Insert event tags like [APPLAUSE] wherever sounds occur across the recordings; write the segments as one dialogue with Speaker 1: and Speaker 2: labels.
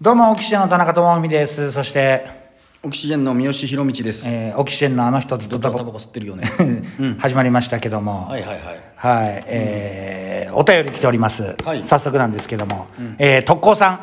Speaker 1: どうも、オキシジェンの田中智美です。そして、
Speaker 2: オキシジェンの三好博道です。
Speaker 1: えーオキシジェンのあの人ずっ
Speaker 2: ず
Speaker 1: と
Speaker 2: っと
Speaker 1: タバ
Speaker 2: タ
Speaker 1: コ
Speaker 2: バコ吸ってるよね。
Speaker 1: 始まりましたけども、は、
Speaker 2: [LAUGHS] はいいはいはい。
Speaker 1: えーお便り来ております。
Speaker 2: はい
Speaker 1: 早速なんですけども、えー特攻さん、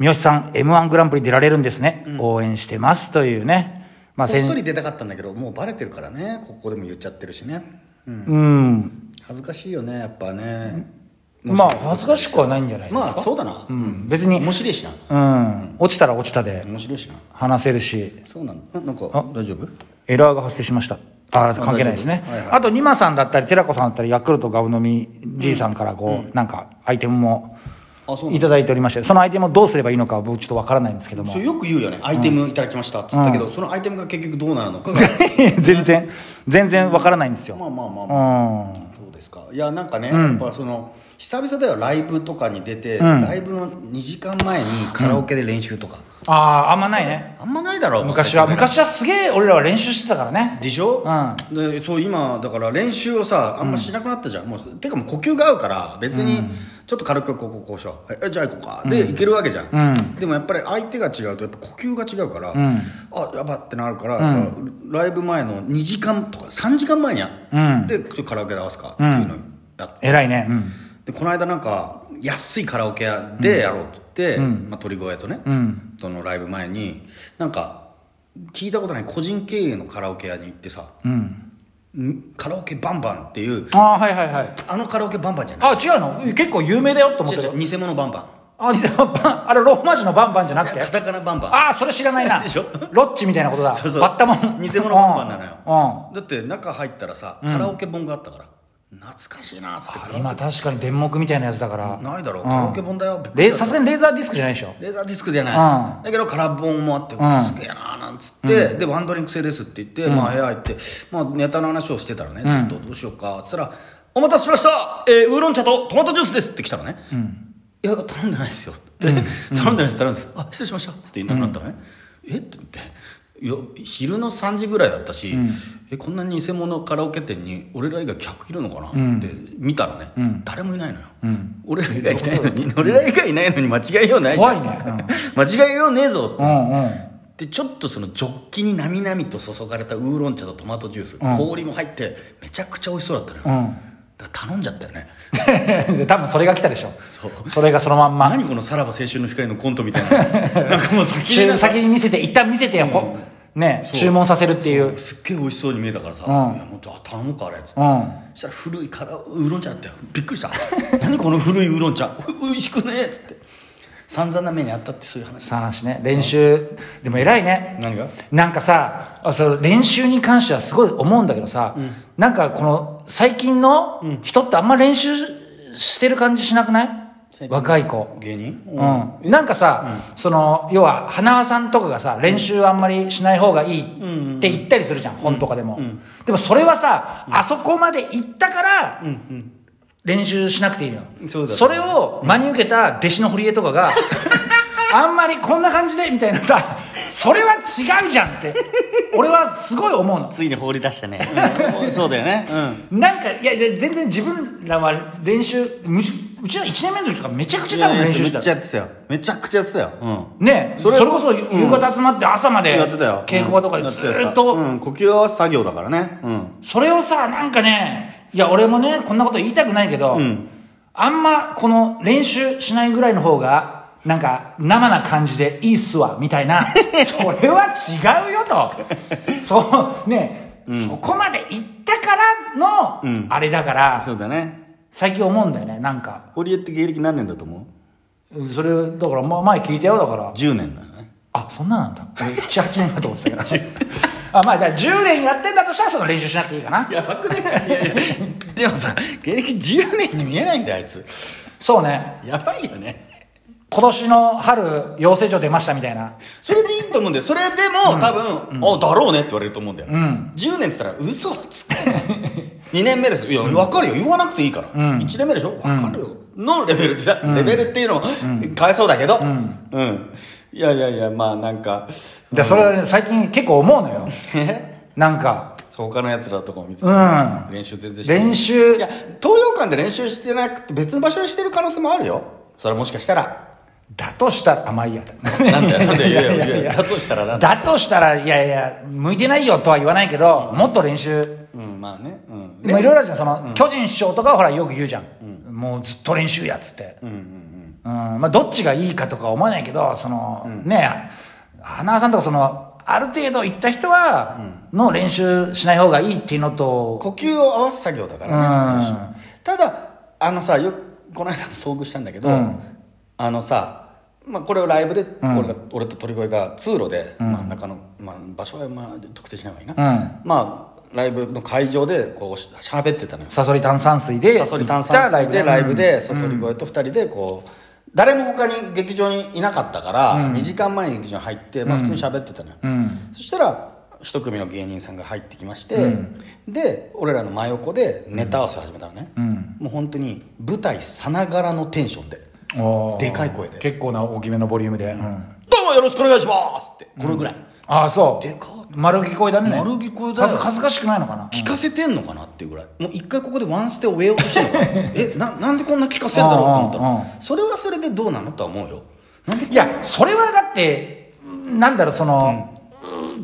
Speaker 1: 三好さん、M1 グランプリ出られるんですね。応援してますというね。まあ、
Speaker 2: こっ
Speaker 1: 先
Speaker 2: そり出たかったんだけど、もうバレてるからね、ここでも言っちゃってるしね。うん
Speaker 1: うん。
Speaker 2: 恥ずかしいよね、やっぱね。
Speaker 1: まあ、恥ずかしくはないんじゃないですか。
Speaker 2: まあ、そうだな。
Speaker 1: うん、別に、
Speaker 2: 面白いしな。
Speaker 1: うん、落ちたら落ちたで
Speaker 2: 面白いしな。
Speaker 1: 話せるし、
Speaker 2: そうなんだ。なんか、大丈夫
Speaker 1: エラーが発生しました。あー関係ないですね
Speaker 2: 大丈。夫はいはい
Speaker 1: あと、ニマさんだったり、寺子さんだったり、ヤクルトガウノミじいさんから、こう、なんか、アイテムも
Speaker 2: あ、そうないんだ。
Speaker 1: ただいておりまして、そのアイテムをどうすればいいのかは、僕ちょっとわからないんですけども
Speaker 2: そ。れよく言うよね。アイテムいただきましたっつったけど、そのアイテムが結局どうなるの [LAUGHS] かが。
Speaker 1: [LAUGHS] 全然、全然わからないんですよ。
Speaker 2: まあまあまあ
Speaker 1: う
Speaker 2: まあ。
Speaker 1: ん。
Speaker 2: そうですかいやなんかね、やっぱその久々だよライブとかに出て、ライブの2時間前にカラオケで練習とか、
Speaker 1: ああ、あんまないね。
Speaker 2: あんまないだろう
Speaker 1: 昔は、昔はすげえ俺らは練習してたからね。
Speaker 2: でしょ、
Speaker 1: う
Speaker 2: でそう今だから練習をさあんましなくなったじゃん、もうてかもう呼吸が合うから別にちょっと軽くこうこうこうしようはいえじゃあ行こうかで、いけるわけじゃん、でもやっぱり相手が違うとやっぱ呼吸が違うから、あやばってなるから、やっぱライブ前の2時間とか3時間前にや、でちょっとカラオケで合わすかっていうのをやって、
Speaker 1: 偉いね。うん。
Speaker 2: でこの間なんか安いカラオケ屋でやろうって言って、まあ、鳥越とね、とのライブ前になんか聞いたことない個人経営のカラオケ屋に行ってさ、んカラオケバンバンっていう
Speaker 1: ああ、はいはいはい。
Speaker 2: あのカラオケバンバンじゃな
Speaker 1: あ、
Speaker 2: い
Speaker 1: 違うの結構有名だよと思っ
Speaker 2: 違
Speaker 1: たけ
Speaker 2: う
Speaker 1: ど。
Speaker 2: 違う偽物バンバン
Speaker 1: あ、実はバンあれ、ローマ字のバンバンじゃなくて
Speaker 2: カ。タカナバンバン
Speaker 1: ああ、それ知らないな。
Speaker 2: でしょ
Speaker 1: ロッチみたいなことだ。
Speaker 2: そうそう
Speaker 1: バッタモン。
Speaker 2: 偽物バンバンなのよ
Speaker 1: よ。
Speaker 2: だって中入ったらさカラオケ本があったから、懐かしいなっつってカ
Speaker 1: うん。
Speaker 2: ラオ
Speaker 1: 今確かに電目みたいなやつだから。
Speaker 2: ケないだろ
Speaker 1: う
Speaker 2: うんカラオケ本だよびっくり
Speaker 1: レ
Speaker 2: だ
Speaker 1: さすがにレーザーディスクじゃないでしょ。
Speaker 2: レーザーディスクじゃない、
Speaker 1: うん
Speaker 2: だけどカラボンもあって、
Speaker 1: ん
Speaker 2: すげえなーなんつって、でワンドリンク制ですって言って、まあ、部屋入って、まあ、ネタの話をしてたらね、ちょっとどうしようかっつったら「お待たせしました、えーウーロン茶とトマトジュースです」って来たのね、いや頼んでないですよ」って、頼んでないです頼んでないです」あ失礼しました」っつっていなくなったのね、えって思って。いや昼の3時ぐらいだったし、えこんな偽物カラオケ店に俺ら以外客いるのかなって言って見たらね、誰もいないのよ、俺ら以外いないのに俺ら以外いないのに間違いようないじゃん
Speaker 1: 怖いね。
Speaker 2: [LAUGHS] 間違いようねえぞ
Speaker 1: うんうんうん。
Speaker 2: でちょっとそのジョッキになみなみと注がれたウーロン茶とトマトジュース、氷も入ってめちゃくちゃ美味しそうだったのよ、
Speaker 1: うん
Speaker 2: だから頼んじゃったよね
Speaker 1: で [LAUGHS] 多分それが来たでしょ。
Speaker 2: そう
Speaker 1: それがそのまんま。
Speaker 2: 何このさらば青春の光のコントみたい
Speaker 1: [LAUGHS]
Speaker 2: ななんかもう先に
Speaker 1: 注先に見せて、一旦見せて、ほね、
Speaker 2: そう
Speaker 1: 注文させるっていう。
Speaker 2: すっげえ美味しそうに見えたからさ「
Speaker 1: うん
Speaker 2: いやもっとあ頼もうかあれ」っつって、
Speaker 1: うん。
Speaker 2: そしたら古いからウーロン茶だったよびっくりした何この古いウーロン茶お美味しくねえっつって散々な目にあったってそういう話です
Speaker 1: さあ話ね。練習、でも偉いね。
Speaker 2: 何が
Speaker 1: なんかさあその練習に関してはすごい思うんだけどさ、なんかこの最近の人ってあんま練習してる感じしなくない
Speaker 2: 最近
Speaker 1: 若い子、
Speaker 2: 芸人、
Speaker 1: うんなんかさ、その要は花輪さんとかがさ練習あんまりしない方がいいって言ったりするじゃん、本とかでも、でもそれはさ、あそこまで行ったから、練習しなくていいのよ
Speaker 2: そうだね
Speaker 1: れを真に受けた弟子の堀江とか
Speaker 2: [LAUGHS]
Speaker 1: が、あんまりこんな感じでみたいなさそれは違うじゃんって俺はすごい思うの
Speaker 2: ついに放り出したね、
Speaker 1: [LAUGHS]
Speaker 2: そうだよね、
Speaker 1: なんかいやいや全然自分らは練習むしうちは1年目の時とかめちゃくちゃ多分練習し
Speaker 2: めっち
Speaker 1: て
Speaker 2: ゃ
Speaker 1: た
Speaker 2: やってたよめちゃくちゃやってたよ、うん
Speaker 1: ねそ
Speaker 2: そ
Speaker 1: れ
Speaker 2: れ
Speaker 1: こそ夕方集まって朝まで
Speaker 2: やってたよ
Speaker 1: 稽古場とかで
Speaker 2: うん
Speaker 1: ず
Speaker 2: やてた
Speaker 1: っと、
Speaker 2: うん、呼吸合わせ作業だからねうん
Speaker 1: それをさなんかねいや俺もねこんなこと言いたくないけど、
Speaker 2: ん
Speaker 1: あんまこの練習しないぐらいの方がなんか生な感じでいいっすわみたい
Speaker 2: [LAUGHS]
Speaker 1: なそれは違うよとそうね、そこまで行ったからの、あれだから
Speaker 2: そうだね
Speaker 1: 最近思うんだよねなんか
Speaker 2: 堀江って芸歴何年だと思
Speaker 1: うんそれだからま前聞いたよだから
Speaker 2: う10年だよね
Speaker 1: あそんななんだ俺78年だと思ってたけどあまあじゃあ10年やってんだとしたらその練習しなくていいかな
Speaker 2: [LAUGHS] やばくねいやいやでもさ芸歴10年に見えないんだよあいつ
Speaker 1: そうね
Speaker 2: やばいよね
Speaker 1: 今年の春養成所出ましたみたいな
Speaker 2: それでいいと思うんだよそれでも、多分、あだろうねって言われると思うんだよ、10年っつったら嘘をつく2年目ですいや分かるよ言わなくていいから、1年目でしょ分かるよ、のレベルじゃ、レベルっていうのは、かわいそうだけどうん、いやいやいやまあなんか
Speaker 1: でそれはね最近結構思うのよ
Speaker 2: え
Speaker 1: なんか
Speaker 2: [LAUGHS] そう他のやつらとかを見てて、
Speaker 1: うん
Speaker 2: 練習全然してない
Speaker 1: 練習
Speaker 2: いや東洋館で練習してなくて別の場所でしてる可能性もあるよそれはもしかしたら
Speaker 1: だとしたら、あ、まあいいや。
Speaker 2: なんだよなんだよいやいやいや
Speaker 1: いやいや
Speaker 2: だとしたらなん
Speaker 1: だ
Speaker 2: だ
Speaker 1: としたら、いやいや、向いてないよとは言わないけど、もっと練習、
Speaker 2: うんまあねうん
Speaker 1: まあいろいろあるじゃん、その、巨人師匠とかはほらよく言うじゃん。もうずっと練習やっつって。うんまあどっちがいいかとか思わないけど、その、ねえ、花輪さんとかその、ある程度行った人は、の練習しない方がいいっていうのと、
Speaker 2: 呼吸を合わす作業だからね、ただあのさよこの間も遭遇したんだけど、
Speaker 1: うん
Speaker 2: あのさまあこれをライブで俺が、俺と鳥越が通路で、真ん中の、まあ、場所はまあ特定しない方がいいな、まあライブの会場でこうしゃべってたのよ
Speaker 1: サソリ炭酸水で、
Speaker 2: サソリ炭酸水でライブ
Speaker 1: うん
Speaker 2: でそう鳥越と2人でこう誰も他に劇場にいなかったから2時間前に劇場に入ってまあ普通に喋ってたのよそしたら一組の芸人さんが入ってきましてで俺らの真横でネタ合わせを始めたのねもう本当に舞台さながらのテンションで
Speaker 1: おー
Speaker 2: でかい声で
Speaker 1: 結構な大きめのボリュームで。うん
Speaker 2: 「どうもよろしくお願いします」ってこのぐらい
Speaker 1: ああ、そう。
Speaker 2: でかっ
Speaker 1: 丸聞こえだね。
Speaker 2: 丸聞こえだよ
Speaker 1: 恥ず恥ずかしくないのかな。
Speaker 2: 聞かせてんのかなっていうぐらいもう一回ここでワンステを終えようとしてるのかなえななんでこんな聞かせんだろうと思った
Speaker 1: うんうん
Speaker 2: のそれはそれでどうなのとは思うよなんでこん
Speaker 1: い
Speaker 2: な
Speaker 1: や、それはだって、なんだろう、その、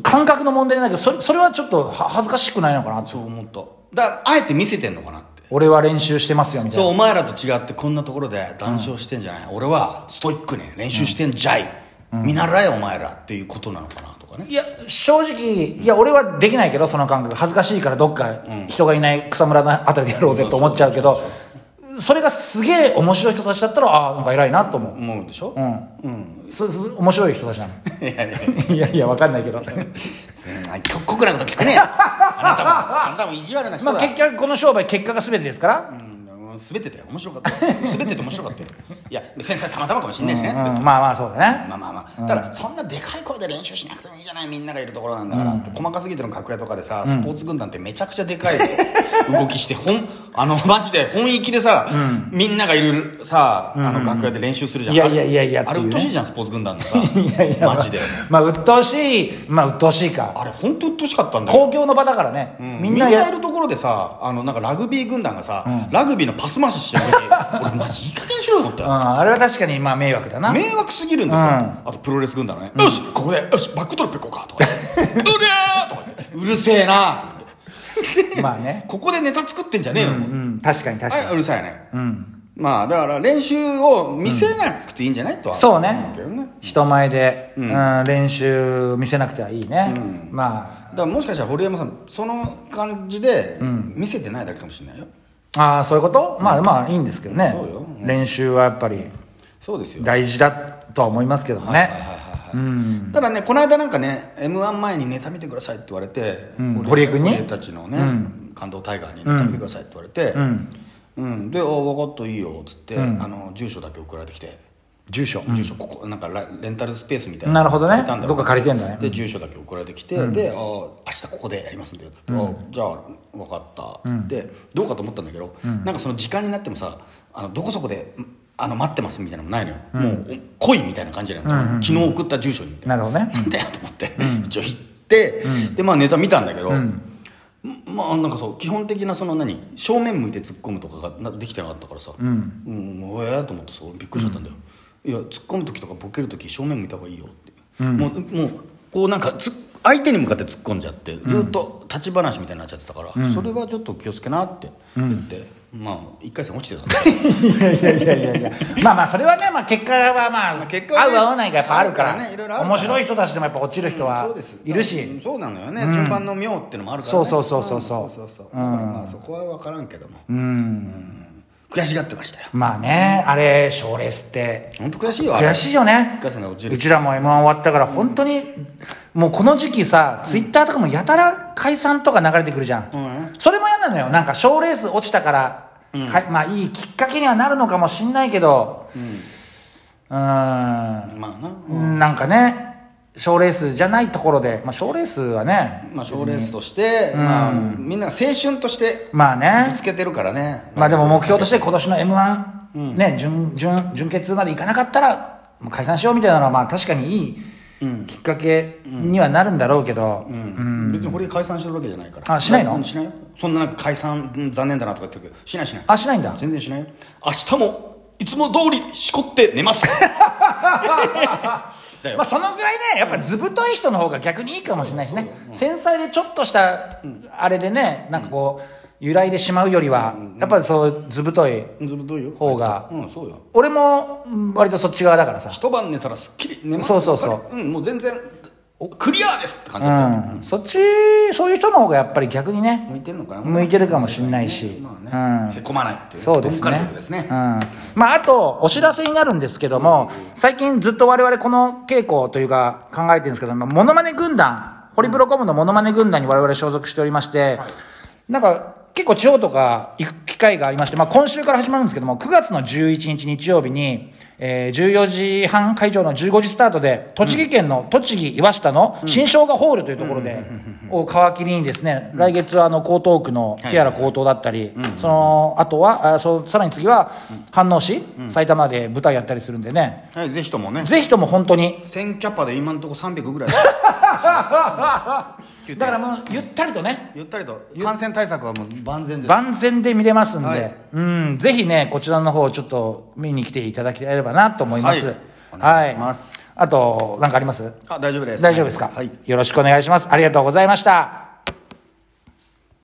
Speaker 1: 感覚の問題だけど、それそれはちょっとは恥ずかしくないのかなって
Speaker 2: そう思っただあえて見せてんのかなって
Speaker 1: 俺は練習してますよ、みたい
Speaker 2: そう
Speaker 1: な。
Speaker 2: お前らと違ってこんなところで談笑してんじゃない、俺はストイックに練習してんじゃい、見習えお前らっていうことなのかなとかね
Speaker 1: いや、正直、いや、俺はできないけど、その感覚。恥ずかしいから、どっか人がいない草むらのあたりでやろうぜと思っちゃうけど、それがすげえ面白い人たちだったら、ああ、なんか偉いなと思う。
Speaker 2: 思うでしょ、
Speaker 1: うん。そそ面白い人たちなの。
Speaker 2: いやいや
Speaker 1: [LAUGHS] いやいや、わかんないけ [LAUGHS] ど。
Speaker 2: 極酷なこと聞
Speaker 1: [LAUGHS]
Speaker 2: くねあなたもあなたも意地悪な人
Speaker 1: まあ
Speaker 2: だ、
Speaker 1: 結局、この商売、結果が全てですから。
Speaker 2: うん全てだよ面白かったよ全てで面白かったよいや繊細たまたまかもしんないしね、
Speaker 1: うん
Speaker 2: 別
Speaker 1: まあ
Speaker 2: に
Speaker 1: まあ、そうだね。
Speaker 2: まあまあまあ、ただそんなでかい声で練習しなくてもいいじゃないみんながいるところなんだから、細かすぎての楽屋とかでさスポーツ軍団ってめちゃくちゃでかい動きしてほん
Speaker 1: [LAUGHS]
Speaker 2: あのマジで本域でさ、みんながいるさあの楽屋で練習するじゃん、
Speaker 1: いやいやいやいや
Speaker 2: あれ
Speaker 1: って
Speaker 2: う
Speaker 1: いうね
Speaker 2: っとうしいじゃんスポーツ軍団の
Speaker 1: [LAUGHS]
Speaker 2: さ
Speaker 1: いやいや
Speaker 2: マジで
Speaker 1: まあ、鬱陶しい、まあ、鬱陶しいか。
Speaker 2: あれ本当うっとうしかったんだよ
Speaker 1: 公共の場だからね。み
Speaker 2: み
Speaker 1: ん
Speaker 2: ん
Speaker 1: な
Speaker 2: な
Speaker 1: や
Speaker 2: いるところでさあのなんかラグビー軍団がさ、ラグビーのパス回ししてる
Speaker 1: [LAUGHS]
Speaker 2: 時俺マジいい加減にしろよと思ったよ
Speaker 1: うん、あれは確かに、まあ、迷惑だな。
Speaker 2: 迷惑すぎるんだから、あとプロレス軍団のね、よしここでよしバックトリップ行こうかとか
Speaker 1: [LAUGHS]
Speaker 2: うりゃーとか言ってうるせえなとか言って
Speaker 1: まあね。
Speaker 2: ここでネタ作ってんじゃねえよ、
Speaker 1: うん、確かに確か
Speaker 2: あ
Speaker 1: に。
Speaker 2: うるさいね、まあだから練習を見せなくていいんじゃない、とは
Speaker 1: そう
Speaker 2: 思
Speaker 1: ね
Speaker 2: うけどね。
Speaker 1: 人前で、うん、練習見せなくてはいいね。ま
Speaker 2: だからもしかしたら堀山さんその感じで見せてないだけかもしれないよ、
Speaker 1: あ、ああ、そういうことまあまあ、いいんですけどね
Speaker 2: そうよ。う
Speaker 1: 練習はやっぱり
Speaker 2: そうですよ
Speaker 1: 大事だとは思いますけどもね。
Speaker 2: ただねこの間なんかね m 1前にネタ見てくださいって言われて、
Speaker 1: ん堀江君に
Speaker 2: 俺たちのね、感動タイガーにネタ見てくださいって言われて、うんで「あ分かったいいよ」っつって、あの住所だけ送られてきて、
Speaker 1: 住所。
Speaker 2: 住所ここなんからレンタルスペースみたいな
Speaker 1: なるほど
Speaker 2: 借
Speaker 1: ね
Speaker 2: りたん。だ
Speaker 1: どっか借りてんだね。
Speaker 2: で住所だけ送られてきて、であ明日ここでやりますんでっつって、あじゃあ分かったっつって、どうかと思ったんだけど、なんかその時間になってもさあのどこそこであの待ってますみたいなのもないのよ、もう来いみたいな感じなの、昨日送った住所にみたいな
Speaker 1: なるほど
Speaker 2: [LAUGHS]
Speaker 1: ね。
Speaker 2: なんだよと思って、一応行って、でまあネタ見たんだけど、まあなんかそう基本的なその何正面向いて突っ込むとかがなできてなかったからさ、うん、もうええと思ってさ俺びっくりしちゃったんだよ、いや突っ込む時とかボケる時正面向いた方がいいよって、もうもうこうなんかつ相手に向かって突っ込んじゃってずっと立ち話みたいになっちゃってたから、それはちょっと気をつけなって言って、まあ1回戦落ちてたんだよ
Speaker 1: いやいやいやいやいやまあまあそれはね、まあ、結果はまあ
Speaker 2: 結果はね
Speaker 1: 合う合わないがやっぱあるから
Speaker 2: あるからねいろいろあるから
Speaker 1: 面白い人たちでもやっぱ落ちる人
Speaker 2: そ
Speaker 1: は
Speaker 2: うです
Speaker 1: いる
Speaker 2: う
Speaker 1: し
Speaker 2: んそうなのよね、順番の妙ってのもあるから、
Speaker 1: そう
Speaker 2: ね、
Speaker 1: そうそうそうそうん
Speaker 2: そうそうだからまあそこは分からんけどもうん悔しがってましたよ
Speaker 1: まあねあれ賞レースって
Speaker 2: 本当悔しいよ
Speaker 1: 悔しいよね
Speaker 2: 一回戦で落ちる
Speaker 1: うちらも m 1終わったから本当にもうこの時期さツイッターとかもやたら解散とか流れてくるじゃん、
Speaker 2: ん
Speaker 1: それも嫌なのよなんか賞レース落ちたから、かまあいいきっかけにはなるのかもしんないけどうーん
Speaker 2: あれまあな、
Speaker 1: なんかね、賞レースじゃないところで、まあ、賞レースはね、
Speaker 2: まあ賞レースとして、まあみんなが青春として
Speaker 1: まあ
Speaker 2: ぶ
Speaker 1: ね
Speaker 2: つ、けてるからね
Speaker 1: まあでも目標として今年の m 1、ね、準準準決までいかなかったら、もう解散しようみたいなのは、まあ確かにいいきっかけにはなるんだろうけど、
Speaker 2: うん別に堀江解散してるわけじゃないから
Speaker 1: あしないの
Speaker 2: うんしないよそんななんか解散うん残念だなとか言ってるけどしないしない
Speaker 1: [LAUGHS] あ、しないんだ。
Speaker 2: 全然しないよ明日もいつも通りしこって寝ます
Speaker 1: [LAUGHS]
Speaker 2: だよ
Speaker 1: まあ、そのぐらいねやっぱずぶとい人の方が逆にいいかもしれないしね、繊細でちょっとしたあれでねなんかこう揺らいでしまうよりは、やっぱりそうずぶとい
Speaker 2: ずぶといよ
Speaker 1: 方が
Speaker 2: あいつうんそうよ
Speaker 1: 俺もうん割とそっち側だからさ、
Speaker 2: 一晩寝たらすっきり寝ます、
Speaker 1: そうそうそう
Speaker 2: ん、もう全然クリアですって感じだったよ、
Speaker 1: うん、そっちそういう人の方がやっぱり逆にね
Speaker 2: 向いてるのかな
Speaker 1: 向いてるかもしれないし、
Speaker 2: まあね、へこまないっていう
Speaker 1: そうです
Speaker 2: 鈍化
Speaker 1: ね
Speaker 2: 力です
Speaker 1: う
Speaker 2: ね、
Speaker 1: んまあ、あとお知らせになるんですけども、最近ずっと我々この稽古というか考えてるんですけどもモノマネ軍団ホリプロコムのモノマネ軍団に我々所属しておりまして、なんか結構地方とか行く機会がありまして、まあ、今週から始まるんですけども9月の11日日曜日に、えー14時半会場の15時スタートで栃木県の栃木岩下の新生姜ホールというところで、を皮切りにですね、来月はあの江東区のティアラ高等だったり、そのあとはあそうさらに次は飯能市、埼玉で舞台やったりするんでね、
Speaker 2: はい、ぜひともね
Speaker 1: ぜひとも本当
Speaker 2: [LAUGHS]
Speaker 1: に
Speaker 2: 1000キャパで今のとこ300ぐら
Speaker 1: [LAUGHS]
Speaker 2: い
Speaker 1: だからもうゆったりとね
Speaker 2: ゆったりと感染対策はもう万全です
Speaker 1: 万全で見れますんで、
Speaker 2: はい
Speaker 1: うんぜひねこちらの方ちょっと見に来ていただければなと思います
Speaker 2: はいお願いします
Speaker 1: はいあと何かあります
Speaker 2: あ大丈夫です
Speaker 1: 大丈夫ですか、
Speaker 2: はい
Speaker 1: よろしくお願いしますありがとうございました